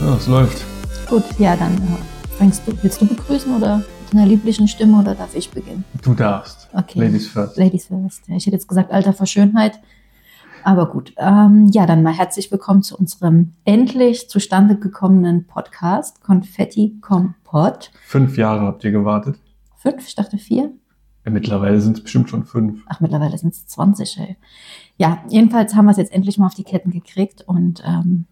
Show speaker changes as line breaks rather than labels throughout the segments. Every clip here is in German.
Ja, es läuft.
Gut, ja, dann äh, fängst du, willst du begrüßen oder mit einer lieblichen Stimme oder darf ich beginnen?
Du darfst.
Okay.
Ladies first.
Ladies first. Ich hätte jetzt gesagt, Alter vor Schönheit. Aber gut. Ähm, ja, dann mal herzlich willkommen zu unserem endlich zustande gekommenen Podcast Konfetti Kompott.
Fünf Jahre habt ihr gewartet.
Fünf, ich dachte vier.
Ja, mittlerweile sind es bestimmt schon fünf.
Ach, mittlerweile sind es 20, ey. Ja, jedenfalls haben wir es jetzt endlich mal auf die Ketten gekriegt und ähm,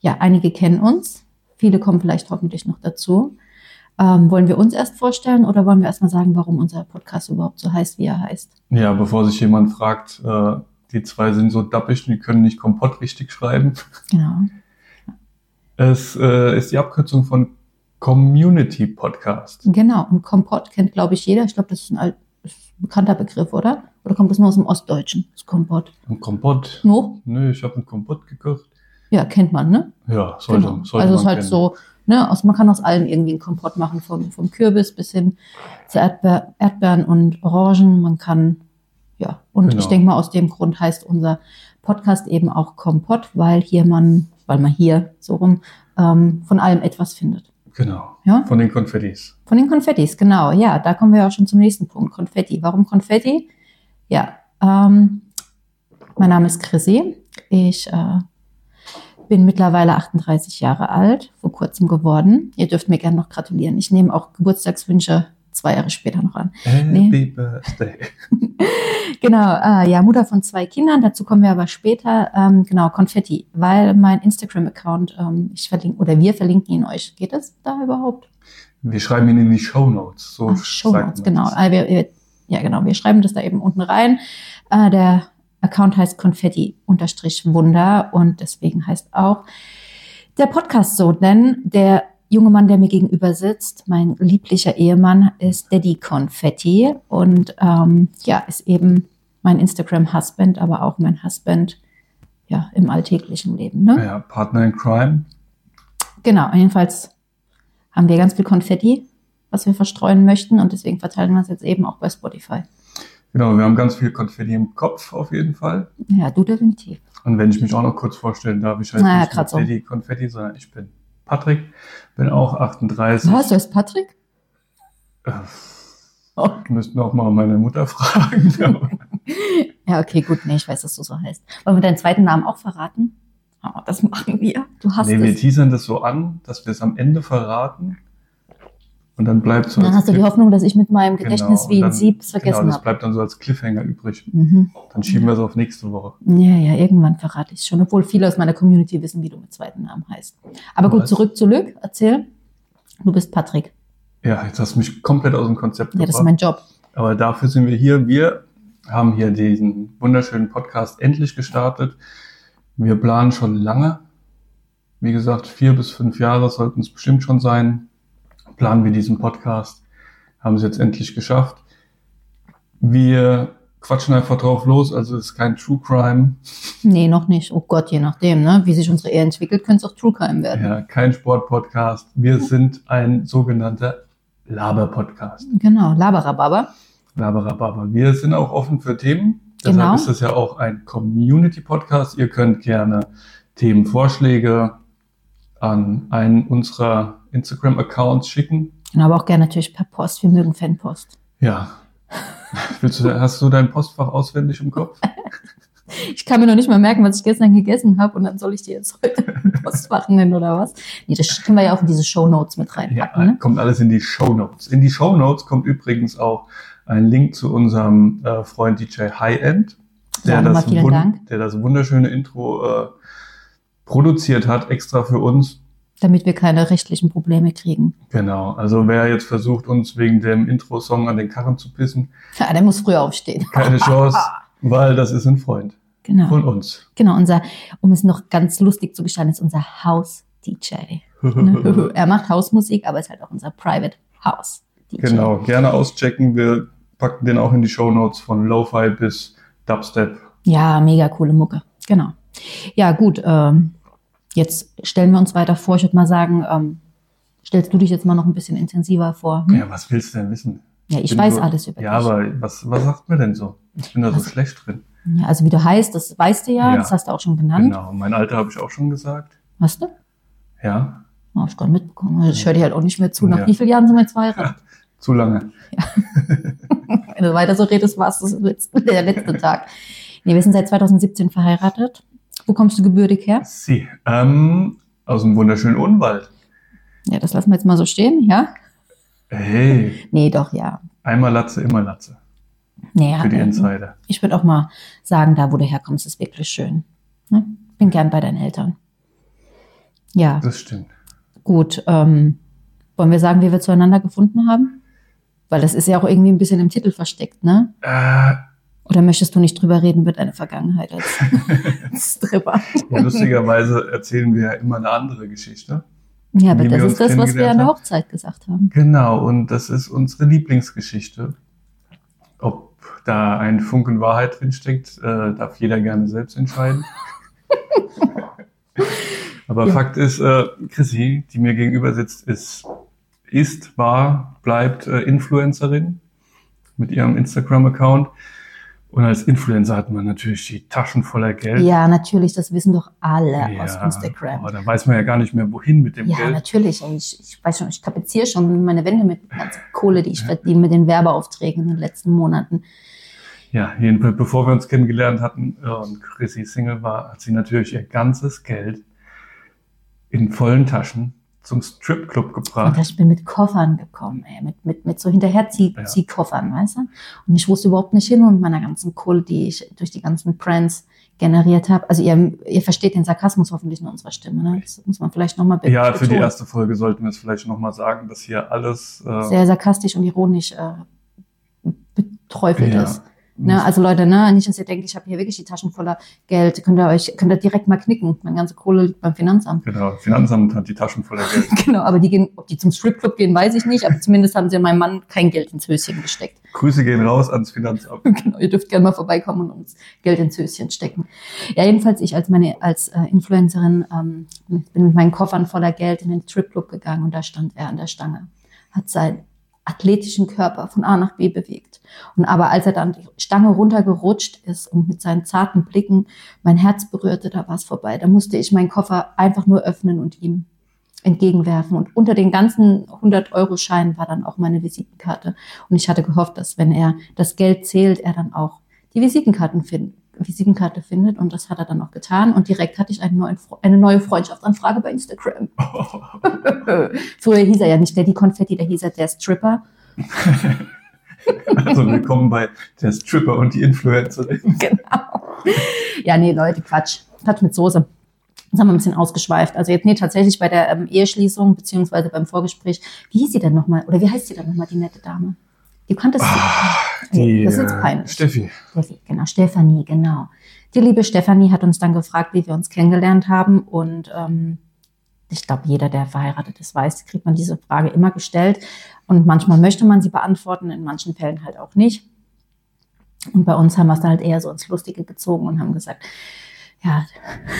ja, einige kennen uns, viele kommen vielleicht hoffentlich noch dazu. Ähm, wollen wir uns erst vorstellen oder wollen wir erstmal sagen, warum unser Podcast überhaupt so heißt, wie er heißt?
Ja, bevor sich jemand fragt, äh, die zwei sind so dappig, die können nicht Kompott richtig schreiben.
Genau.
Es äh, ist die Abkürzung von Community Podcast.
Genau. Und Kompott kennt, glaube ich, jeder. Ich glaube, das ist ein, alt, ist ein bekannter Begriff, oder? Oder kommt das nur aus dem Ostdeutschen, das Kompott?
Ein Kompott.
No?
Nö, ich habe einen Kompott gekocht.
Ja, kennt man, ne?
Ja, sollte,
Genau.
sollte man
also es ist halt
kennen.
so, ne, aus, man kann aus allem irgendwie einen Kompott machen, vom, vom Kürbis bis hin zu Erdbeer, Erdbeeren und Orangen. Man kann, ja, und
Genau.
ich denke mal, aus dem Grund heißt unser Podcast eben auch Kompott, weil hier man, weil man hier so rum ähm, von allem etwas findet.
Genau.
Ja?
Von den Konfettis.
Von den Konfettis, genau. Ja, da kommen wir auch schon zum nächsten Punkt. Konfetti. Warum Konfetti? Ja, ähm, mein Name ist Chrissy. Ich äh, bin mittlerweile 38 Jahre alt, vor kurzem geworden. Ihr dürft mir gerne noch gratulieren. Ich nehme auch Geburtstagswünsche zwei Jahre später noch an.
Happy Birthday.
Genau, äh, ja, Mutter von zwei Kindern. Dazu kommen wir aber später. Ähm, genau, Konfetti, weil mein Instagram-Account, ähm, ich verlinke, oder wir verlinken ihn euch. Geht das da überhaupt?
Wir schreiben ihn in die Show Notes. So
Ach,
sagt
Shownotes,
man
genau.
das.
Ah, wir, wir, ja, genau. Wir schreiben das da eben unten rein. Äh, der Account heißt Konfetti-Wunder und deswegen heißt auch der Podcast so, denn der junge Mann, der mir gegenüber sitzt, mein lieblicher Ehemann, ist Daddy Konfetti und ähm, ja, ist eben mein Instagram-Husband, aber auch mein Husband ja, im alltäglichen Leben. Ne?
Ja, Partner in Crime.
Genau, jedenfalls haben wir ganz viel Konfetti, was wir verstreuen möchten und deswegen verteilen wir es jetzt eben auch bei Spotify.
Genau, wir haben ganz viel Konfetti im Kopf auf jeden Fall.
Ja, du definitiv.
Und wenn ich mich auch noch kurz vorstellen darf, ich heiße
Naja,
nicht
grad so.
Daddy Konfetti, sondern ich bin Patrick, bin auch 38.
Was, du heißt Patrick?
Äh,
Oh.
Müssten auch mal meine Mutter fragen. Aber
Ja, okay, gut, nee, ich weiß, dass du so heißt. Wollen wir deinen zweiten Namen auch verraten? Oh, das machen wir. Du hast
nee, wir
es.
teasern das so an, dass wir es am Ende verraten. Und dann bleibt so.
Dann
als
hast du die
Cliff-
Hoffnung, dass ich mit meinem
Genau,
Gedächtnis
und
wie ein
dann-
Siebs
Genau,
vergessen
das
habe.
bleibt dann so als Cliffhanger übrig.
Mhm.
Dann schieben wir es auf nächste Woche.
Ja, ja, irgendwann verrate ich es schon, obwohl viele aus meiner Community wissen, wie du mit zweiten Namen heißt. Aber gut,
Was?
zurück zu Lück, erzähl. Du bist Patrick.
Ja, jetzt hast du mich komplett aus dem Konzept
Ja, das ist
gebracht.
mein Job.
Aber dafür sind wir hier. Wir haben hier diesen wunderschönen Podcast endlich gestartet. Wir planen schon lange. Wie gesagt, vier bis fünf Jahre sollten es bestimmt schon sein. Planen wir diesen Podcast. Haben es jetzt endlich geschafft. Wir quatschen einfach drauf los. Also es ist kein True Crime,
Nee, noch nicht. Oh Gott, je nachdem, ne? wie sich unsere Ehe entwickelt, könnte es auch True Crime werden.
ja, kein Sport-Podcast. Wir sind ein sogenannter Laber-Podcast.
Genau, Laberababa.
Laberababa. Wir sind auch offen für Themen. Deshalb
Genau.
ist es ja auch ein Community-Podcast. Ihr könnt gerne Themenvorschläge an einen unserer Instagram-Accounts schicken.
Genau, aber auch gerne natürlich per Post. Wir mögen Fanpost.
Ja. Willst du, hast du dein Postfach auswendig im Kopf?
Ich kann mir noch nicht mal merken, was ich gestern gegessen habe und dann soll ich dir jetzt heute im Postfach nennen oder was? Nee, das können wir ja auch in diese Shownotes mit reinpacken.
Ja,
ne?
kommt alles in die Show Notes. In die Show Notes kommt übrigens auch ein Link zu unserem äh, Freund DJ High-End,
Ja,
der,
nochmal
das
vielen
wun-
Dank.
der das wunderschöne Intro äh, produziert hat, extra für uns.
Damit wir keine rechtlichen Probleme kriegen.
Genau, also wer jetzt versucht, uns wegen dem Intro-Song an den Karren zu pissen,
Ja, der muss früher aufstehen.
keine Chance, weil das ist ein Freund
Genau.
von uns.
Genau, unser, um es noch ganz lustig zu gestalten, ist unser House-DJ.
Genau.
Ne? er macht Hausmusik, aber ist halt auch unser Private House-DJ.
genau, gerne auschecken. Wir packen den auch in die Show Notes von Lo-Fi bis Dubstep.
Ja, mega coole Mucke. Genau. Ja, gut. Ähm, jetzt stellen wir uns weiter vor. Ich würde mal sagen, ähm, stellst du dich jetzt mal noch ein bisschen intensiver vor. Hm?
Ja, was willst du denn wissen?
Ja, ich
bin
weiß
so-
alles über
Ja,
dich.
aber was, was sagt man denn so? Ich bin da so
Was-
schlecht drin.
Ja, also wie du heißt, das weißt du ja,
Ja.
das hast du auch schon genannt.
Genau, mein Alter habe ich auch schon gesagt.
Hast du?
Ja,
Habe Oh, ich gar nicht mitbekommen. Also ich höre dir halt auch nicht mehr zu. Nach
Ja.
wie vielen Jahren sind wir jetzt verheiratet?
Zu lange.
Wenn du weiter so redest, war es das letzte, der letzte Tag. Nee, wir sind seit 2017 verheiratet. Wo kommst du gebürtig her?
Sie. Ähm, aus dem wunderschönen Unwald.
Ja, das lassen wir jetzt mal so stehen, ja?
Hey,
Nee, doch, ja.
einmal Latze, immer Latze.
Naja,
für die
ähm,
Insider.
ich würde auch mal sagen, da wo du herkommst, ist wirklich schön. Ne? Bin gern bei deinen Eltern. Ja,
Das stimmt.
gut. Ähm, wollen wir sagen, wie wir zueinander gefunden haben? Weil das ist ja auch irgendwie ein bisschen im Titel versteckt, ne?
Äh,
Oder möchtest du nicht drüber reden über deine Vergangenheit als, als Stripper?
ja, lustigerweise erzählen wir ja immer eine andere Geschichte.
Ja, aber
Wie wir
das
uns
ist das, was wir
kennengelernt
an
ne?
der
haben.
Hochzeit gesagt haben.
Genau, und das ist unsere Lieblingsgeschichte. Ob da ein Funken Wahrheit drinsteckt, äh, darf jeder gerne selbst entscheiden. Aber
Ja.
Fakt ist, äh, Chrissy, die mir gegenüber sitzt, ist, ist war, bleibt äh, Influencerin mit ihrem Instagram-Account. Und als Influencer hat man natürlich die Taschen voller Geld.
Ja, natürlich, das wissen doch alle aus
Ja,
Instagram.
Aber da weiß man ja gar nicht mehr, wohin mit dem
Ja,
Geld.
natürlich. ey, Ich, ich weiß schon, ich tapeziere schon meine Wände mit der ganzen Kohle, die ich verdiene mit den Werbeaufträgen in den letzten Monaten.
Ja, jedenfalls, bevor wir uns kennengelernt hatten äh, und Chrissy Single war, hat sie natürlich ihr ganzes Geld in vollen Taschen zum Stripclub
Und
gebracht.
ich bin mit Koffern gekommen, ey, mit, mit, mit so
Ja.
Hinterherziehkoffern, weißt du? Und ich wusste überhaupt nicht hin und meiner ganzen Kohle, die ich durch die ganzen Brands generiert habe. Also ihr, ihr versteht den Sarkasmus hoffentlich in unserer Stimme, ne? Das muss man vielleicht nochmal
Ja, für die erste Folge sollten wir es vielleicht nochmal sagen, dass hier alles äh,
Sehr sarkastisch und ironisch äh, beträufelt
Ja.
ist. Ne, also Leute, ne, nicht, dass ihr denkt, ich habe hier wirklich die Taschen voller Geld. Könnt ihr euch, könnt ihr direkt mal knicken. Meine ganze Kohle liegt beim Finanzamt.
genau, Finanzamt hat die Taschen voller Geld.
Genau, aber die gehen, ob die zum Stripclub gehen, weiß ich nicht. Aber zumindest haben sie meinem Mann kein Geld ins Höschen gesteckt.
Grüße gehen raus ans Finanzamt.
Genau, ihr dürft gerne mal vorbeikommen und uns Geld ins Höschen stecken. Ja, jedenfalls ich als meine als äh, Influencerin ähm, bin mit meinen Koffern voller Geld in den Stripclub gegangen und da stand er an der Stange, hat seinen athletischen Körper von A nach B bewegt. Und aber als er dann die Stange runtergerutscht ist und mit seinen zarten Blicken mein Herz berührte, da war es vorbei. Da musste ich meinen Koffer einfach nur öffnen und ihm entgegenwerfen. Und unter den ganzen 100-Euro-Scheinen war dann auch meine Visitenkarte. Und ich hatte gehofft, dass wenn er das Geld zählt, er dann auch die Visitenkarten find, Visitenkarte findet. Und das hat er dann auch getan. Und direkt hatte ich einen neuen, Fre- eine neue Freundschaftsanfrage bei Instagram. Früher hieß er ja nicht der die Konfetti, der hieß er der Stripper.
Also willkommen bei der Stripper und die Influencerin.
genau. Ja, nee, Leute, Quatsch. Quatsch mit Soße. Das haben wir ein bisschen ausgeschweift. Also jetzt, nee, tatsächlich bei der ähm, Eheschließung, beziehungsweise beim Vorgespräch. Wie hieß sie denn nochmal? Oder wie heißt sie denn nochmal, die nette Dame? Du kanntest sie.
Ah, Die,
das ist jetzt
äh,
peinlich.
Steffi.
Steffi, genau, Stefanie, genau. Die liebe Stefanie hat uns dann gefragt, wie wir uns kennengelernt haben. Und ähm, ich glaube, jeder, der verheiratet ist, weiß, kriegt man diese Frage immer gestellt. Und manchmal möchte man sie beantworten, in manchen Fällen halt auch nicht. Und bei uns haben wir es dann halt eher so ins Lustige gezogen und haben gesagt, ja,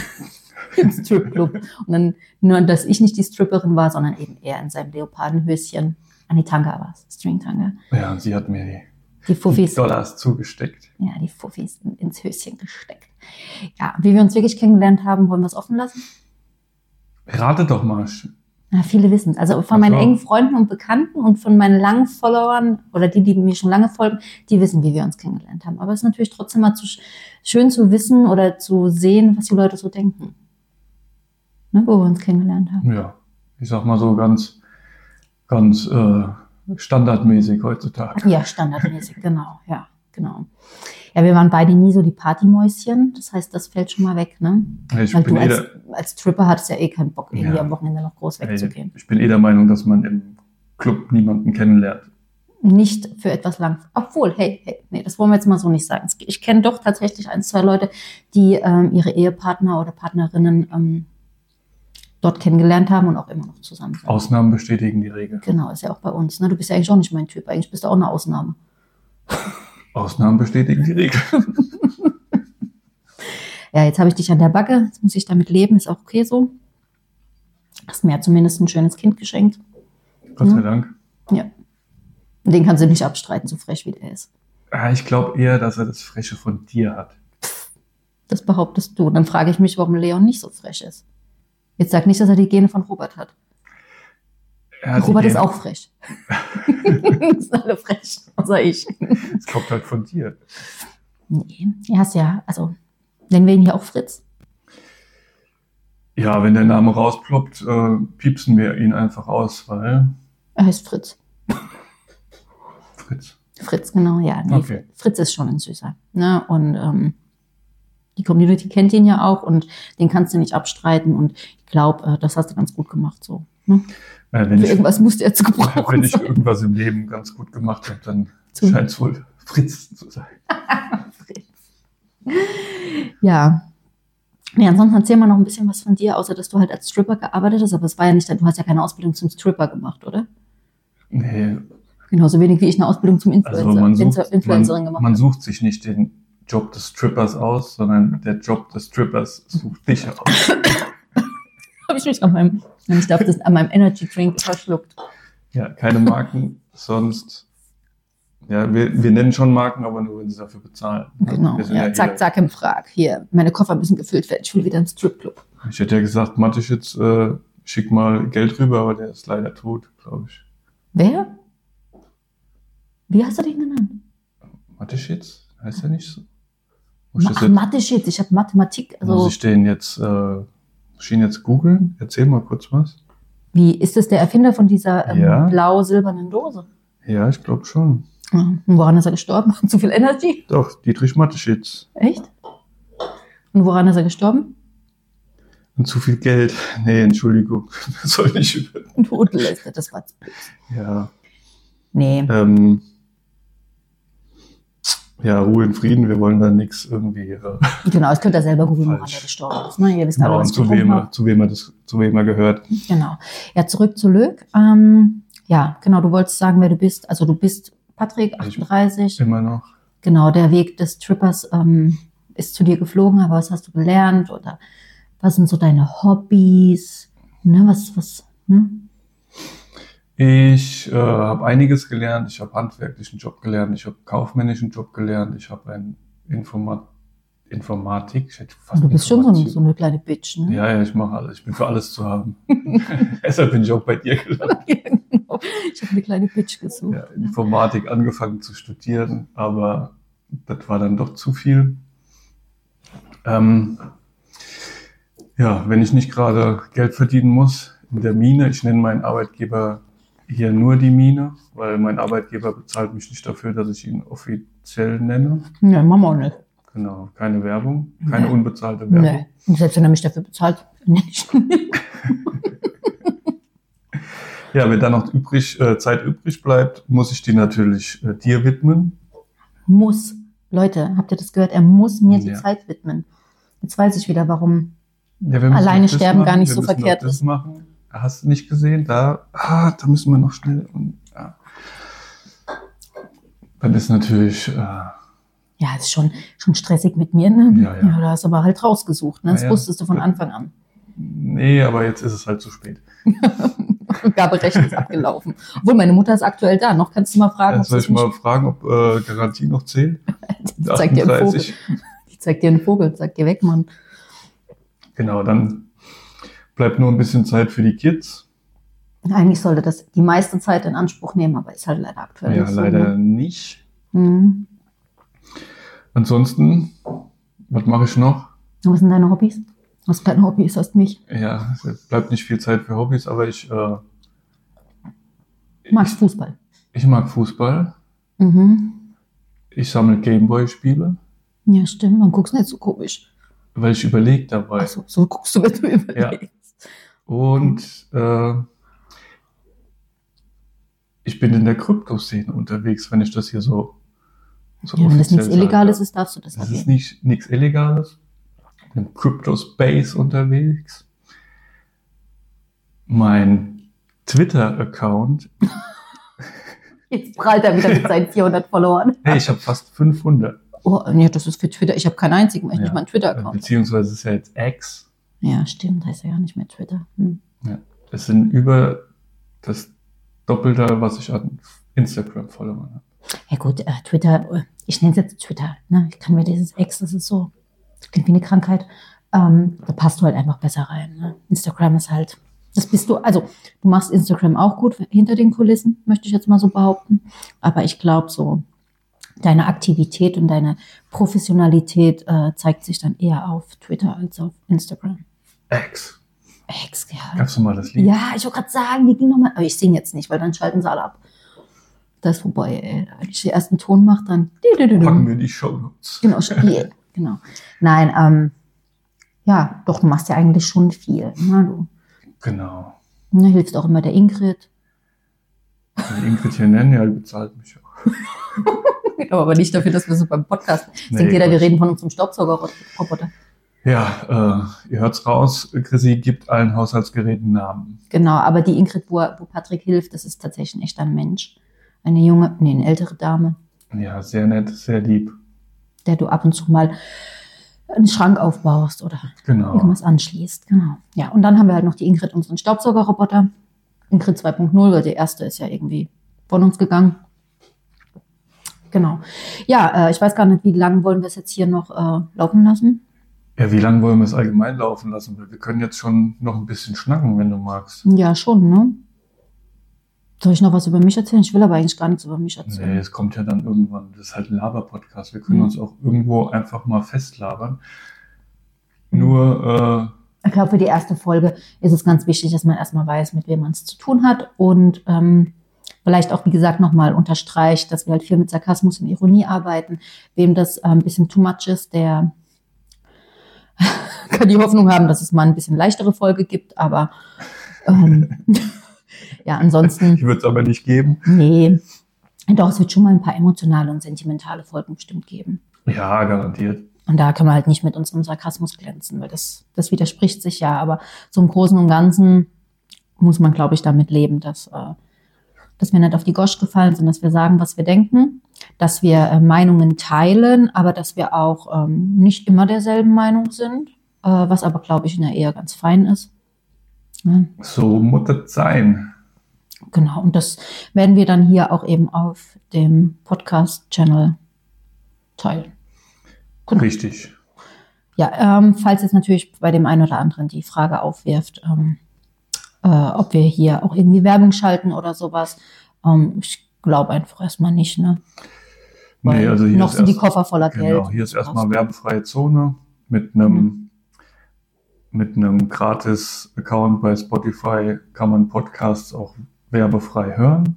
im Stripclub. Und dann, nur dass ich nicht die Stripperin war, sondern eben eher in seinem Leopardenhöschen. An die Tanga war es, Stringtanga.
Ja, und sie hat mir die,
Die
die
Fuffis.
Dollars zugesteckt.
Ja, die Fuffis in- ins Höschen gesteckt. Ja, wie wir uns wirklich kennengelernt haben, wollen wir es offen lassen?
Rate doch mal,
Ja, viele wissen es. Also von
Ach
meinen
so.
engen Freunden und Bekannten und von meinen langen Followern oder die, die mir schon lange folgen, die wissen, wie wir uns kennengelernt haben. Aber es ist natürlich trotzdem mal zu sch- schön zu wissen oder zu sehen, was die Leute so denken. Ne, wo wir uns kennengelernt haben.
Ja, ich sag mal so ganz, ganz äh, standardmäßig heutzutage.
Ja, standardmäßig, genau, ja, genau. Ja, wir waren beide nie so die Partymäuschen. Das heißt, das fällt schon mal weg, ne?
Ich
Weil
bin,
du
eh
als,
der,
als Tripper hattest ja eh keinen Bock, irgendwie
Ja.
am Wochenende noch groß wegzugehen.
ich bin eh der Meinung, dass man im Club niemanden kennenlernt.
Nicht für etwas lang. Obwohl, hey, hey, nee, das wollen wir jetzt mal so nicht sagen. Es- Ich kenne doch tatsächlich ein, zwei Leute, die ähm, ihre Ehepartner oder Partnerinnen ähm, dort kennengelernt haben und auch immer noch zusammen sind.
Ausnahmen bestätigen die Regel.
Genau, ist ja auch bei uns. Ne? Du bist ja eigentlich auch nicht mein Typ. Eigentlich bist du auch eine Ausnahme.
Ausnahmen bestätigen die Regel.
Ja, jetzt habe ich dich an der Backe. Jetzt muss ich damit leben. Ist auch okay so. Hast mir ja zumindest ein schönes Kind geschenkt.
Gott sei
Ja.
Dank.
Und den kannst du nicht abstreiten, so frech wie der ist.
Ah, Ich glaube eher, dass er das Freche von dir hat.
Das behauptest du. Dann frage ich mich, warum Leon nicht so frech ist. Jetzt sag nicht, dass er die Gene von Robert hat.
Ja, die
Robert ist
gehen-
auch frech. sind alle frech, außer ich.
Das kommt halt von dir.
Nee, er ist ja, also nennen wir ihn ja auch Fritz.
Ja, wenn der Name rausploppt, äh, piepsen wir ihn einfach aus, weil
Er heißt Fritz.
Fritz.
Fritz, genau, ja. Nee,
Okay.
Fritz ist schon ein Süßer. Ne? Und ähm, die Community kennt ihn ja auch und den kannst du nicht abstreiten. Und ich glaube, äh, das hast du ganz gut gemacht so. Ne?
Äh, wenn,
Für
ich,
irgendwas musste er zu
wenn
gebrauchen
ich halt
sein.
irgendwas im Leben ganz gut gemacht habe, dann
Zu-
scheint es wohl Fritz zu sein.
Ja. Nee, ansonsten erzähl mal noch ein bisschen was von dir, außer dass du halt als Stripper gearbeitet hast, aber es war ja nicht, dein- du hast ja keine Ausbildung zum Stripper gemacht, oder?
Nee,
Genauso wenig wie ich eine Ausbildung zum Influencer,
also man
Influ-
sucht,
Influencerin
man,
gemacht
man sucht sich nicht den Job des Strippers aus, sondern der Job des Strippers sucht dich aus.
habe ich mich an meinem, ich glaube, das an meinem Energy Drink verschluckt.
Ja, keine Marken, sonst. Ja, wir, wir nennen schon Marken, aber nur, wenn sie dafür bezahlen. ne?
Genau.
Wir sind
Ja,
hier-
zack, zack im Frag. Hier, meine Koffer müssen gefüllt werden. Ich will wieder ins Stripclub.
Ich hätte ja gesagt, Mateschitz, äh, schick mal Geld rüber, aber der ist leider tot, glaube ich.
Wer? Wie hast du den genannt?
Mateschitz? Heißt er nicht so? Muss ich, das
Ach,
jetzt,
Mathe shit, ich habe Mathematik.
muss
Also,
ich den jetzt, äh, muss ich ihn jetzt googeln? Erzähl mal kurz was.
wie ist das der Erfinder von dieser ähm,
Ja.
blau-silbernen Dose?
Ja, ich glaube schon.
Ja. Und woran ist er gestorben? Zu viel Energy?
Doch, Dietrich Mateschitz.
Echt? Und woran ist er gestorben?
Und zu viel Geld. Nee, Entschuldigung. Das soll nicht über.
Und Hudeleste, das war's.
Ja.
Nee.
Ähm, ja, Ruhe in Frieden. Wir wollen da nichts irgendwie. Äh,
Genau, das könnt ihr selber googeln, woran
Falsch.
er gestorben ist. Ne? Ihr wisst alle,
genau,
was
und
ich
zu
getrunken
wem,
habe.
er- zu wem er das, zu wem er gehört.
Genau. Ja, zurück zu Lög. Ähm, ja, genau, du wolltest sagen, wer du bist. Also du bist Patrick,
Ich-
38.
Immer noch.
Genau, der Weg des Trippers ähm, ist zu dir geflogen, aber was hast du gelernt? Oder was sind so deine Hobbys? Ne, was, was, ne?
Ich äh, habe einiges gelernt. Ich habe handwerklichen Job gelernt. Ich habe kaufmännischen Job gelernt. Ich habe ein Informa Informatik. Ich hätte fast
Du bist schon so,
Informatik-
so eine kleine Bitch, ne?
Ja, ja, ich mache alles. Ich bin für alles zu haben. Deshalb bin ich auch bei dir gelandet.
genau. Ich habe eine kleine Bitch gesucht.
Ja, Informatik angefangen zu studieren, aber das war dann doch zu viel. Ähm, ja, wenn ich nicht gerade Geld verdienen muss in der Mine, ich nenne meinen Arbeitgeber hier nur die Mine, weil mein Arbeitgeber bezahlt mich nicht dafür, dass ich ihn offiziell nenne.
Nee, Mama auch nicht.
Genau, keine Werbung, keine
Nee.
unbezahlte Werbung.
Nee. Und selbst wenn er mich dafür bezahlt, nicht.
Ja, wenn da noch übrig, äh, Zeit übrig bleibt, muss ich die natürlich äh, dir widmen.
muss. Leute, habt ihr das gehört? Er muss mir die
Ja.
Zeit widmen. Jetzt weiß ich wieder, warum.
Ja, wir müssen
Alleine
noch das
sterben
machen,
gar nicht
wir
so
müssen noch
verkehrt
Das
ist.
machen. Hast du nicht gesehen? Da, ah, da müssen wir noch schnell. Und, ja. Dann ist natürlich, äh, ja,
Ja, ist schon, schon stressig mit mir, ne?
Ja, ja.
da hast du aber halt rausgesucht, ne?
Ja,
Das
ja.
wusstest du von Anfang an.
nee, aber jetzt ist es halt zu spät.
Rückgaberecht ist abgelaufen. Obwohl, meine Mutter ist aktuell da. Noch kannst du mal fragen,
jetzt soll ich mal fragen, ob äh, Garantie noch zählt.
Die zeigt dir einen Vogel.
38.
Die zeigt dir einen Vogel, sagt dir weg, Mann.
Genau, dann bleibt nur ein bisschen Zeit für die Kids.
Und eigentlich sollte das die meiste Zeit in Anspruch nehmen, aber ist halt leider aktuell
Ja,
nicht so.
leider
ne?
nicht.
Hm.
Ansonsten, was mache ich noch?
Und Was sind deine Hobbys? Was dein Hobby ist, hast mich.
Ja, es bleibt nicht viel Zeit für Hobbys, aber ich, äh,
Magst Fußball.
ich mag Fußball.
Mhm.
Ich sammle Gameboy-Spiele,
Ja, stimmt. Man guckst nicht so komisch.
weil ich überlege dabei.
Ach so, so guckst du, wenn du überlegst.
Und äh, ich bin in der Kryptoszene unterwegs, wenn ich das hier so, so
Ja, wenn das
offiziell
nichts Illegales
sage.
ist, darfst du das
Das
auf
ist
jeden
nicht nichts Illegales. Ich bin im Crypto-Space unterwegs. Mein Twitter-Account,
Jetzt prallt er wieder mit seinen 400 Followern.
hey, ich habe fast 500,
Oh, nee, das ist für Twitter. Ich habe keinen einzigen, weil ich
Ja.
nicht meinen Twitter-Account habe.
beziehungsweise ist ja jetzt X.
Ja, stimmt. Heißt ja gar nicht mehr Twitter. Hm.
Es sind über das Doppelte, was ich an Instagram-Followern habe.
Ja gut, äh, Twitter, äh, ich nenne es jetzt Twitter. Ne? Ich kann mir dieses Ex, das ist so, das klingt wie eine Krankheit. Ähm, da passt du halt einfach besser rein. Ne? Instagram ist halt, Das bist du, also du machst Instagram auch gut hinter den Kulissen, möchte ich jetzt mal so behaupten. Aber ich glaube, so deine Aktivität und deine Professionalität äh, zeigt sich dann eher auf Twitter als auf Instagram.
Ex.
Ex, ja.
Gab's nochmal das Lied?
Ja, ich wollte gerade sagen, die ging nochmal. Aber ich singe jetzt nicht, weil dann schalten sie alle ab. Das ist vorbei, ey. Wenn ich den ersten Ton mache, dann.
Packen wir in die Show Notes.
Genau, yeah, genau. Nein, ähm, ja, doch, du machst ja eigentlich schon viel. Ne?
Genau.
Du ne, hilfst auch immer der Ingrid.
Also Die Ingrid hier nennen, ja, die bezahlt mich auch.
Genau, aber nicht dafür, dass wir so beim Podcast
Nee,
sind. Jeder,
Quatsch.
wir reden von unserem Staubsaugerroboter.
Ja, äh, ihr hört's raus, Chrissy gibt allen Haushaltsgeräten Namen.
Genau, aber die Ingrid, wo, er- wo Patrick hilft, das ist tatsächlich echt ein Mensch. Eine junge, nee, eine ältere Dame,
Ja, sehr nett, sehr lieb.
der du ab und zu mal einen Schrank aufbaust oder
Genau.
irgendwas anschließt. Genau. Ja, und dann haben wir halt noch die Ingrid, unseren Staubsaugerroboter. Ingrid 2.0, weil der erste ist ja irgendwie von uns gegangen. Genau. Ja, äh, ich weiß gar nicht, wie lange wollen wir es jetzt hier noch äh, laufen lassen?
Ja, wie lange wollen wir es allgemein laufen lassen? Weil Wir können jetzt schon noch ein bisschen schnacken, wenn du magst.
Ja, schon, ne? Soll ich noch was über mich erzählen? Ich will aber eigentlich gar nichts über mich
Nee,
erzählen.
Äh, es kommt ja dann irgendwann. Das ist halt ein Laber-Podcast. Wir können
Mhm.
uns auch irgendwo einfach mal festlabern.
Mhm.
Nur, äh,
Ich glaube, für die erste Folge ist es ganz wichtig, dass man erstmal weiß, mit wem man es zu tun hat und ähm, vielleicht auch, wie gesagt, nochmal unterstreicht, dass wir halt viel mit Sarkasmus und Ironie arbeiten. Wem das äh, ein bisschen too much ist, der kann die Hoffnung haben, dass es mal ein bisschen leichtere Folge gibt, aber ähm, ja,
äh,
ansonsten,
ich würde es aber nicht geben.
nee. Doch, es wird schon mal ein paar emotionale und sentimentale Folgen bestimmt geben.
Ja, garantiert.
Und da können wir halt nicht mit unserem Sarkasmus glänzen, weil das, das widerspricht sich ja. Aber so im Großen und Ganzen muss man, glaube ich, damit leben, dass, äh, dass wir nicht auf die Gosch gefallen sind, dass wir sagen, was wir denken, dass wir äh, Meinungen teilen, aber dass wir auch ähm, nicht immer derselben Meinung sind, äh, was aber, glaube ich, in der Ehe ganz fein ist. Ne?
So muss das sein.
Genau, und das werden wir dann hier auch eben auf dem Podcast-Channel teilen. Genau.
Richtig.
Ja, ähm, falls jetzt natürlich bei dem einen oder anderen die Frage aufwirft, ähm, äh, ob wir hier auch irgendwie Werbung schalten oder sowas. Ähm, ich glaube einfach erstmal nicht, ne? Weil
Nee, also hier
noch
ist
sind die
erst-
Koffer voller
Genau,
Geld.
hier ist erstmal werbefreie Zone mit einem mit einem gratis Account bei Spotify kann man Podcasts auch werbefrei hören,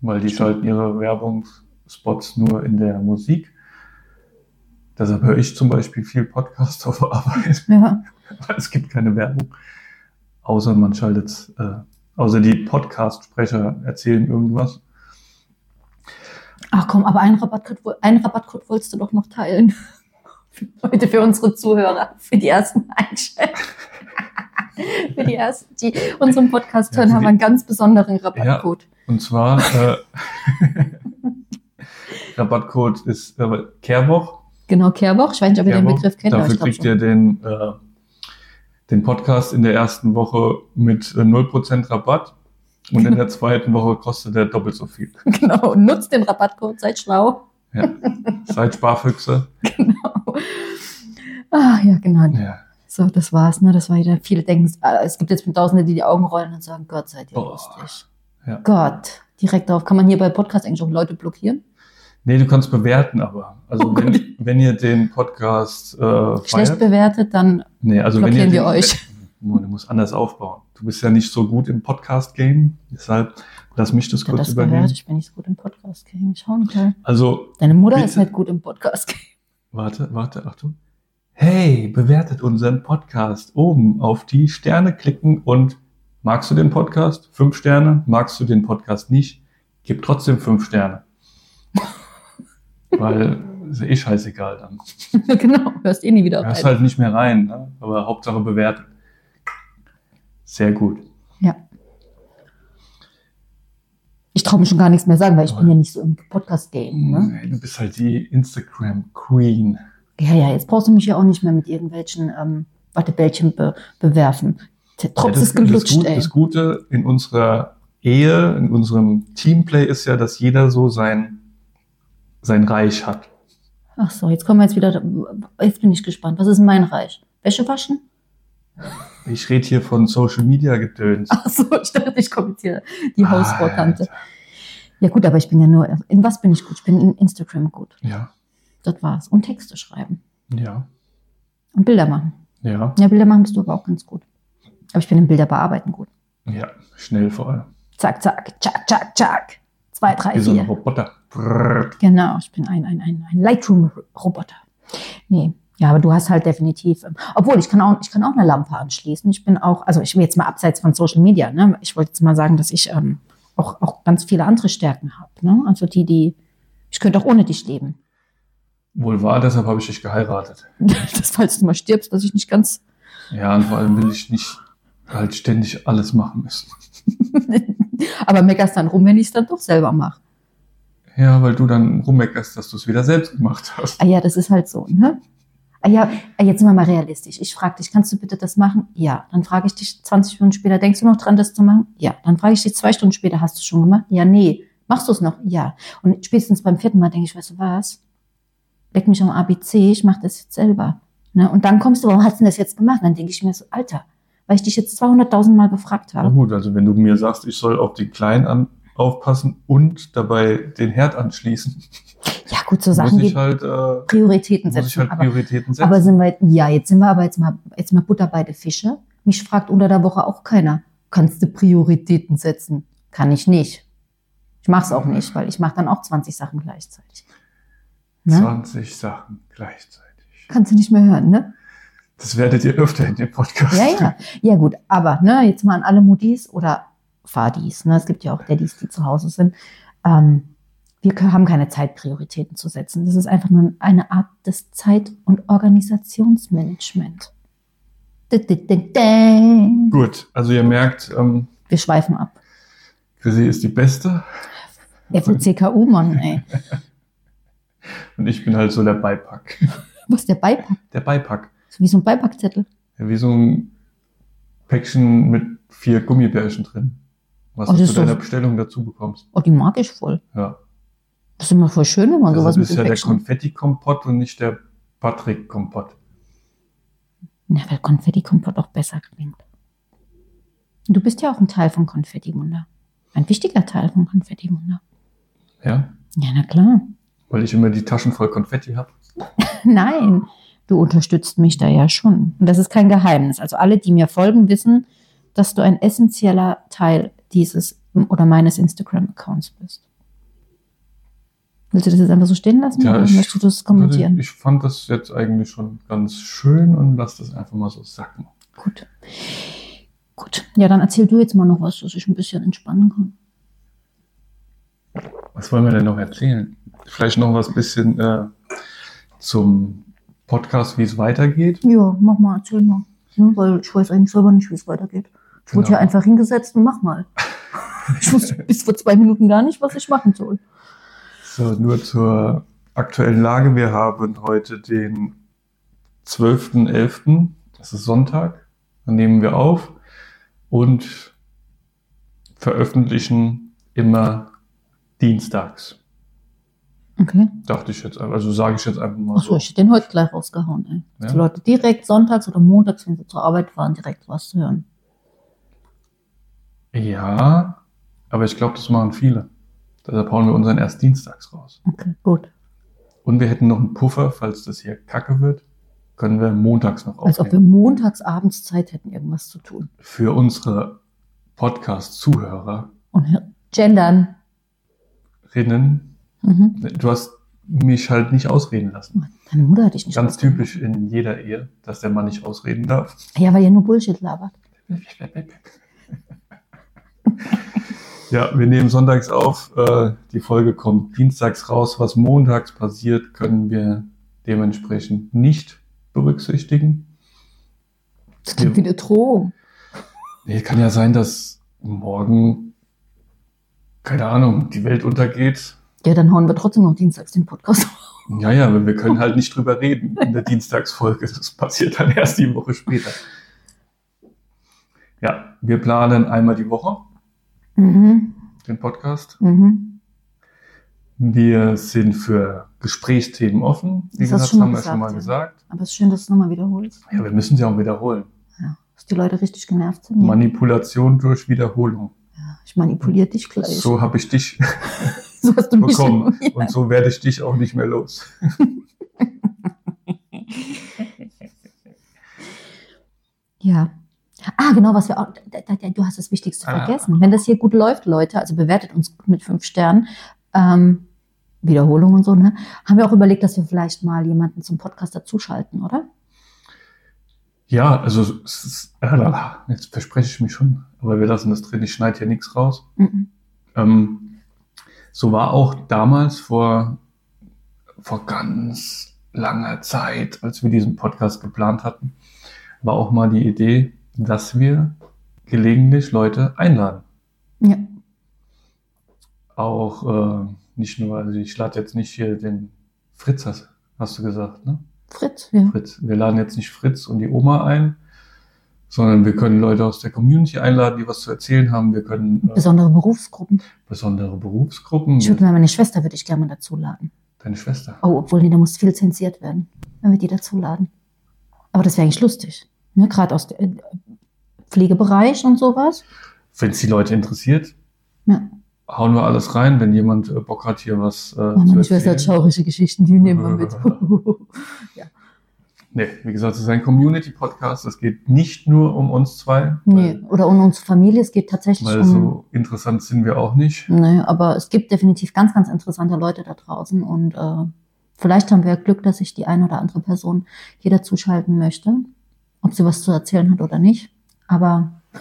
weil die schalten ihre Werbungsspots nur in der Musik. Deshalb höre ich zum Beispiel viel Podcasts auf der Arbeit,
Ja,
weil es gibt keine Werbung. Außer man schaltet, äh, außer die Podcast-Sprecher erzählen irgendwas.
Ach komm, aber einen Rabattcode, wo- einen Rabattcode wolltest du doch noch teilen. Für- Heute für unsere Zuhörer, für die ersten Einschalten. für die ersten, die unseren Podcast
Ja,
hören,
für
haben
die-
wir einen ganz besonderen Rabattcode.
Und zwar äh, Rabattcode ist äh, Kehrwoch.
Genau, Kerboch. Ich weiß nicht, ob ihr den
Werbung.
Begriff kennt, aber
Dafür
ich glaube
kriegt
schon.
ihr den, äh, den Podcast in der ersten Woche mit äh, 0% Rabatt und in der zweiten Woche kostet er doppelt so viel.
Genau, nutzt den Rabattcode, seid schlau.
Ja. Seid Sparfüchse.
Ah, ja, genau.
Ja.
So, das war's, ne? Das war wieder. Viele denken, ah, es gibt jetzt mit Tausende, die die Augen rollen und sagen, Gott sei dir
Boah,
lustig.
ja.
Gott, direkt darauf. Kann man hier bei Podcasts eigentlich auch Leute blockieren?
Nee, du kannst bewerten aber. Also
Oh Gott.
wenn, wenn ihr den Podcast äh,
Schlecht
feiert.
bewertet, dann
Nee, also wenn ihr
blockieren
den,
wir euch.
Moment, Du musst anders aufbauen. Du bist ja nicht so gut im Podcast-Game, deshalb lass mich das
Hat er
kurz
das
übernehmen.
gehört? Ich bin nicht so gut im Podcast-Game. Schauen kann.
Also
Deine Mutter
Bitte?
ist nicht gut im Podcast-Game.
Warte, warte, Achtung. Hey, bewertet unseren Podcast. Oben auf die Sterne klicken und magst du den Podcast? Fünf Sterne. Magst du den Podcast nicht? Gib trotzdem fünf Sterne. Weil ist ja eh scheißegal dann.
genau, hörst eh nie wieder
Hörst
rein.
halt nicht mehr rein, ne? aber Hauptsache bewerten. Sehr gut.
Ich traue mich schon gar nichts mehr sagen, weil ich bin ja nicht so im Podcast-Game, ne?
Du bist halt die Instagram Queen.
Ja, ja, jetzt brauchst du mich ja auch nicht mehr mit irgendwelchen ähm, Wattebällchen be bewerfen. Der Tropf
Ja,
ist gelutscht,
das, Gut-
ey.
das Gute in unserer Ehe, in unserem Teamplay ist ja, dass jeder so sein, sein Reich hat.
Ach so, jetzt kommen wir jetzt wieder. Jetzt bin ich gespannt. Was ist mein Reich? Wäsche waschen?
Ich rede hier von Social Media Gedöns.
Ach so, ich dachte, ich komme jetzt hier die Hausfrau-Tante.
Alter.
Ja gut, aber ich bin ja nur, in was bin ich gut? Ich bin in Instagram gut.
Ja,
Das war's. Und Texte schreiben.
ja,
Und Bilder machen.
ja,
Ja, Bilder machen bist du aber auch ganz gut. Aber ich bin im Bilderbearbeiten gut.
ja. Schnell vor allem.
Zack, zack, zack, zack, zack. Zwei, drei,
Wie so ein
vier.
Roboter. Brrrt.
Genau, ich bin ein, ein, ein, ein Lightroom-Roboter. Nee, ja, aber du hast halt definitiv, ähm, obwohl ich kann auch, ich kann auch eine Lampe anschließen. Ich bin auch, also ich will jetzt mal abseits von Social Media, ne? Ich wollte jetzt mal sagen, dass ich ähm, auch, auch ganz viele andere Stärken habe, ne? Also die, die, ich könnte auch ohne dich leben.
Wohl wahr, deshalb habe ich dich geheiratet.
das, falls du mal stirbst, dass ich nicht ganz,
Ja, und vor allem will ich nicht halt ständig alles machen müssen.
aber meckerst dann rum, wenn ich es dann doch selber mache.
Ja, weil du dann rummeckerst, dass du es wieder selbst gemacht hast.
Ah ja, das ist halt so, ne? Ah ja, ah, jetzt sind wir mal realistisch. Ich frage dich, kannst du bitte das machen? Ja. Dann frage ich dich 20 Minuten später, denkst du noch dran, das zu machen? Ja. Dann frage ich dich zwei Stunden später, hast du schon gemacht? Ja, nee. Machst du es noch? Ja. Und spätestens beim vierten Mal denke ich, weißt du was? Leck mich am ABC, ich mache das jetzt selber. Ne? Und dann kommst du, warum hast du denn das jetzt gemacht? Dann denke ich mir so, Alter, weil ich dich jetzt 200.000 Mal gefragt
Na
habe.
gut, also wenn du mir sagst, ich soll auf den Kleinen an aufpassen und dabei den Herd anschließen,
Ja, gut, so Sachen
muss
wie
ich halt, äh,
Prioritäten
muss
setzen.
ich halt
aber
Prioritäten setzen.
Aber sind wir, ja, jetzt sind wir aber jetzt mal, jetzt mal Butter bei der Fische. Mich fragt unter der Woche auch keiner, kannst du Prioritäten setzen? Kann ich nicht. Ich mache es auch nicht, weil ich mache dann auch 20 Sachen gleichzeitig. Ne?
20 Sachen gleichzeitig.
Kannst du nicht mehr hören, ne?
Das werdet ihr öfter in dem Podcast.
Ja, ja. Ja, gut, aber ne, jetzt mal an alle Mudis oder Fadis. Ne? Es gibt ja auch Daddys, die zu Hause sind. Ähm, wir kö- haben keine Zeit, Prioritäten zu setzen. Das ist einfach nur eine Art des Zeit- und Organisationsmanagement. Da, da, da, da.
Gut, also ihr merkt, ähm,
Wir schweifen ab.
Chrissy ist die Beste
FCKU, Mann, ey.
und ich bin halt so der Beipack.
Was der Beipack?
Der Beipack.
Wie so ein Beipackzettel.
Ja, wie so ein Päckchen mit vier Gummibärchen drin, was
Oh,
du
das
zu
ist doch-
deiner Bestellung dazu bekommst.
Oh, die mag ich voll.
Ja.
Das ist immer voll schön, wenn man
Deshalb
sowas mit
ist ja
dem
Also der
Päckchen.
Konfetti-Kompott und nicht der Patrick-Kompott.
Na, weil Konfetti kommt dort auch besser klingt. Und Du bist ja auch ein Teil von Konfetti Wunder. Ein wichtiger Teil von Konfetti Wunder.
Ja?
Ja, na klar.
Weil ich immer die Taschen voll Konfetti habe.
Nein, du unterstützt mich da ja schon. Und das ist kein Geheimnis. Also alle, die mir folgen, wissen, dass du ein essentieller Teil dieses oder meines Instagram-Accounts bist. Willst du das jetzt einfach so stehen lassen
Ja,
oder
ich
möchtest du das kommentieren?
Ich fand das jetzt eigentlich schon ganz schön und lass das einfach mal so sacken.
Gut. Gut. Ja, dann erzähl du jetzt mal noch was, dass ich ein bisschen entspannen kann.
Was wollen wir denn noch erzählen? Vielleicht noch was bisschen äh, zum Podcast, wie es weitergeht.
Ja, mach mal, erzähl mal. Ne, weil ich weiß eigentlich selber nicht, wie es weitergeht. Ich wurde
Genau.
hier einfach hingesetzt und mach mal. Ich wusste bis vor zwei Minuten gar nicht, was ich machen soll.
So, nur zur aktuellen Lage. Wir haben heute den 12.11. Das ist Sonntag. Dann nehmen wir auf und veröffentlichen immer dienstags.
Okay.
Dachte ich jetzt, einfach- also sage ich jetzt einfach mal
Achso,
so.
ich hätte den heute gleich rausgehauen. Ey. Dass
Ja.
Die Leute direkt sonntags oder montags, wenn sie zur Arbeit fahren, direkt was zu hören.
Ja, aber ich glaube, das machen viele. Deshalb hauen wir unseren erst dienstags raus.
Okay, gut.
Und wir hätten noch einen Puffer, falls das hier kacke wird, können wir montags noch
Als ob wir
aufnehmen.
montags abends Zeit hätten, irgendwas zu tun.
Für unsere Podcast-Zuhörerinnen,
Und gendern. Mhm.
du hast mich halt nicht ausreden lassen.
Deine Mutter hatte ich nicht.
Ganz
ausgemacht.
typisch in jeder Ehe, dass der Mann nicht ausreden darf.
Ja, weil ihr nur Bullshit labert.
Ja, wir nehmen sonntags auf, äh, die Folge kommt dienstags raus. Was montags passiert, können wir dementsprechend nicht berücksichtigen.
Das klingt wie eine Drohung.
Nee, kann ja sein, dass morgen, keine Ahnung, die Welt untergeht.
Ja, dann hauen wir trotzdem noch dienstags den Podcast raus.
Ja, ja, aber wir können halt nicht drüber reden in der Dienstagsfolge. Das passiert dann erst die Woche später. Ja, wir planen einmal die Woche
Mhm.
den Podcast.
Mhm.
Wir sind für Gesprächsthemen offen. Wie
Das hast
gesagt,
du schon
haben
mal
wir schon mal
gesagt,
gesagt.
Aber es ist schön, dass du es nochmal wiederholst.
Ja, wir müssen sie auch wiederholen.
Ja. die Leute richtig genervt sind. Ja.
Manipulation durch Wiederholung.
Ich manipuliere dich gleich.
So habe ich dich
So hast du mich
bekommen und so werde ich dich auch nicht mehr los.
Ja. Ah, genau, was wir auch. da- da- da- Du hast das Wichtigste
Ah.
vergessen. Wenn das hier gut läuft, Leute, also bewertet uns gut mit fünf Sternen. Ähm, Wiederholung und so, ne? Haben wir auch überlegt, dass wir vielleicht mal jemanden zum Podcast dazuschalten, oder?
Ja, also es ist, ah, la, la, jetzt verspreche ich mich schon, aber wir lassen das drin, ich schneide hier nichts raus.
Mhm.
Ähm, so war auch damals vor, vor ganz langer Zeit, als wir diesen Podcast geplant hatten, war auch mal die Idee, dass wir gelegentlich Leute einladen.
Ja.
Auch äh, nicht nur, also ich lade jetzt nicht hier den Fritz, hast, hast du gesagt, ne?
Fritz, ja.
Fritz. Wir laden jetzt nicht Fritz und die Oma ein, sondern wir können Leute aus der Community einladen, die was zu erzählen haben. Wir können äh,
Besondere Berufsgruppen.
besondere Berufsgruppen.
Also Ich würde mal meine Schwester würde ich gerne mal dazuladen.
Deine Schwester.
Oh, obwohl, nee, da muss viel zensiert werden, wenn wir die dazuladen. Aber das wäre eigentlich lustig. Ne? Gerade aus dem Pflegebereich und sowas.
Wenn es die Leute interessiert,
Ja.
hauen wir alles rein. Wenn jemand äh, Bock hat, hier was äh,
Oh,
zu
meine Schwester
erzählen.
hat schaurische Geschichten, die nehmen wir mit.
nee, wie gesagt, es ist ein Community-Podcast. Es geht nicht nur um uns zwei.
nee,
Weil,
oder um unsere Familie, es geht tatsächlich
weil
um.
so interessant sind wir auch nicht.
Nee, aber es gibt definitiv ganz, ganz interessante Leute da draußen und äh, vielleicht haben wir Glück, dass sich die eine oder andere Person hier dazuschalten möchte, ob sie was zu erzählen hat oder nicht. Aber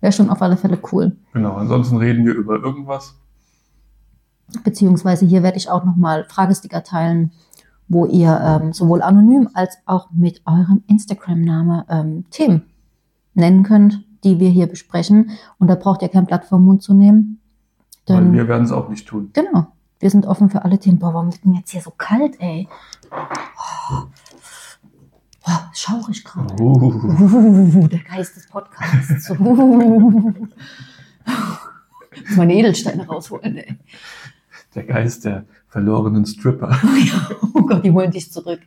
wäre schon auf alle Fälle cool.
Genau, ansonsten reden wir über irgendwas.
Beziehungsweise hier werde ich auch nochmal Fragesticker teilen, wo ihr ähm, sowohl anonym als auch mit eurem Instagram-Name ähm, Themen nennen könnt, die wir hier besprechen. Und da braucht ihr kein Blatt vom Mund zu nehmen.
Weil
Denn,
wir werden es auch nicht tun.
genau, wir sind offen für alle Themen. Boah, warum wird denn jetzt hier so kalt, ey? Oh, oh, schaurig gerade.
Uh.
Uh, der Geist des Podcasts. Uh. Muss meine Edelsteine rausholen, ey.
Der Geist der verlorenen Stripper.
Oh Gott, die holen dich zurück.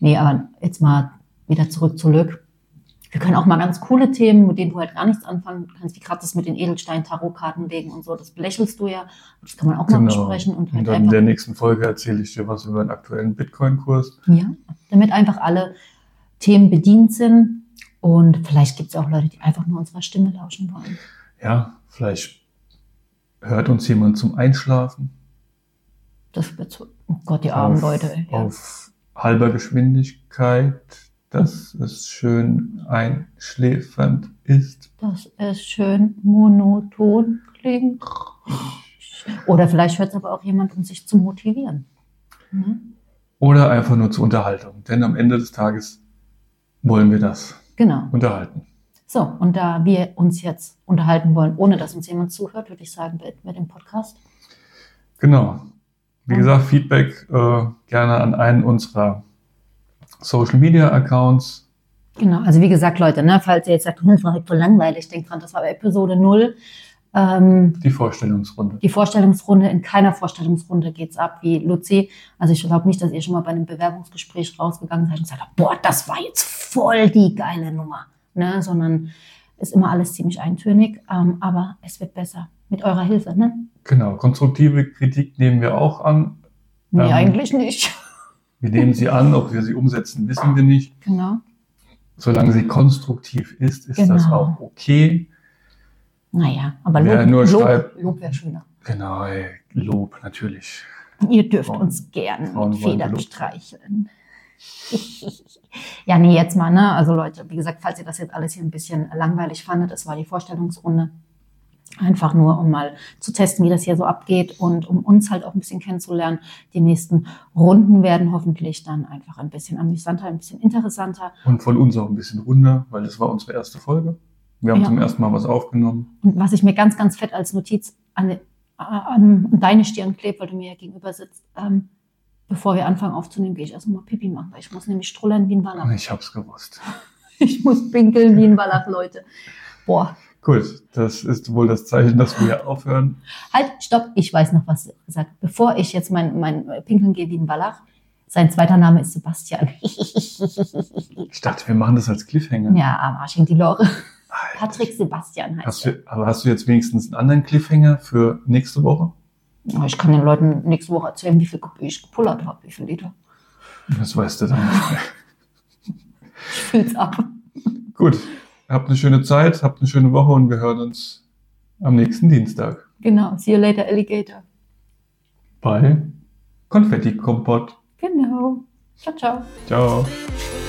Nee, aber jetzt mal wieder zurück zu Lück. Wir können auch mal ganz coole Themen, mit denen du halt gar nichts anfangen kannst, wie gerade das mit den Edelstein-Tarotkarten legen und so, das belächelst du ja. Das kann man auch mal besprechen und
Genau.
halt
dann in
einfach,
der nächsten Folge erzähle ich dir was über den aktuellen Bitcoin-Kurs.
ja, damit einfach alle Themen bedient sind. Und vielleicht gibt es auch Leute, die einfach nur unserer Stimme lauschen wollen.
Ja, vielleicht hört uns jemand zum Einschlafen
Das wird so, oh Gott, die armen
Auf-
Leute. ey. Ja.
auf halber Geschwindigkeit, dass es schön einschläfernd ist.
Das ist schön monoton klingt. Oder vielleicht hört es aber auch jemand, um sich zu motivieren. Ne?
Oder einfach nur zur Unterhaltung. Denn am Ende des Tages wollen wir das
Genau.
unterhalten.
So, und da wir uns jetzt unterhalten wollen, ohne dass uns jemand zuhört, würde ich sagen, beenden wir den Podcast.
Genau. Wie
Ja.
gesagt, Feedback äh, gerne an einen unserer Social Media Accounts.
Genau, also wie gesagt, Leute, ne, falls ihr jetzt sagt, das war halt voll langweilig, denkt dran, das war bei Episode 0. Ähm,
Die Vorstellungsrunde.
die Vorstellungsrunde, in keiner Vorstellungsrunde geht's ab wie Luzi. Also ich glaube nicht, dass ihr schon mal bei einem Bewerbungsgespräch rausgegangen seid und gesagt habt, boah, das war jetzt voll die geile Nummer. Ne? Sondern ist immer alles ziemlich eintönig, ähm, aber es wird besser. Mit eurer Hilfe, ne?
Genau. Konstruktive Kritik nehmen wir auch an.
Nee,
Ähm.
eigentlich nicht.
Wir nehmen sie an, ob wir sie umsetzen, wissen wir nicht.
Genau.
Solange sie konstruktiv ist, ist das
Genau.
auch okay.
Naja, aber Lob,
Wer nur
Lob,
schreibt-
Lob wäre schöner.
Genau, ey, Lob natürlich.
Ihr dürft
Frauen-
uns gern
Frauen
mit
wollen
Federn
gelobt.
streicheln. ja, nee, jetzt mal, ne? Also Leute, wie gesagt, falls ihr das jetzt alles hier ein bisschen langweilig fandet, es war die Vorstellungsrunde. Einfach nur, um mal zu testen, wie das hier so abgeht und um uns halt auch ein bisschen kennenzulernen. Die nächsten Runden werden hoffentlich dann einfach ein bisschen amüsanter, ein bisschen interessanter.
Und von uns auch ein bisschen runder, weil das war unsere erste Folge. Wir haben
Ja.
zum ersten Mal was aufgenommen.
Und was ich mir ganz, ganz fett als Notiz an, an deine Stirn klebe, weil du mir ja gegenüber sitzt, ähm, bevor wir anfangen aufzunehmen, gehe ich erstmal mal Pipi machen, weil ich muss nämlich strullern wie ein Wallach.
Ich hab's gewusst.
Ich muss pinkeln wie ein Wallach, Leute. Boah,
Gut, das ist wohl das Zeichen, dass wir aufhören.
halt, stopp, ich weiß noch, was ich gesagt habe. Bevor ich jetzt mein, mein Pinkeln gehe wie ein Wallach, Sein zweiter Name ist Sebastian.
Ich dachte, wir machen das als Cliffhanger.
ja, am Arsch in die Lore.
Alter.
Patrick Sebastian heißt
Hast
er.
du, aber hast du jetzt wenigstens einen anderen Cliffhanger für nächste Woche?
Ja, Ich kann den Leuten nächste Woche erzählen, wie viel Kup- ich gepullert habe, wie viel Liter.
Das weißt du dann. nicht mehr.
Ich fühl's ab.
Gut, habt eine schöne Zeit, habt eine schöne Woche und wir hören uns am nächsten Dienstag
Genau. See you later, Alligator.
bei Konfetti Kompott.
Genau. Ciao, ciao.
Ciao.
Baby,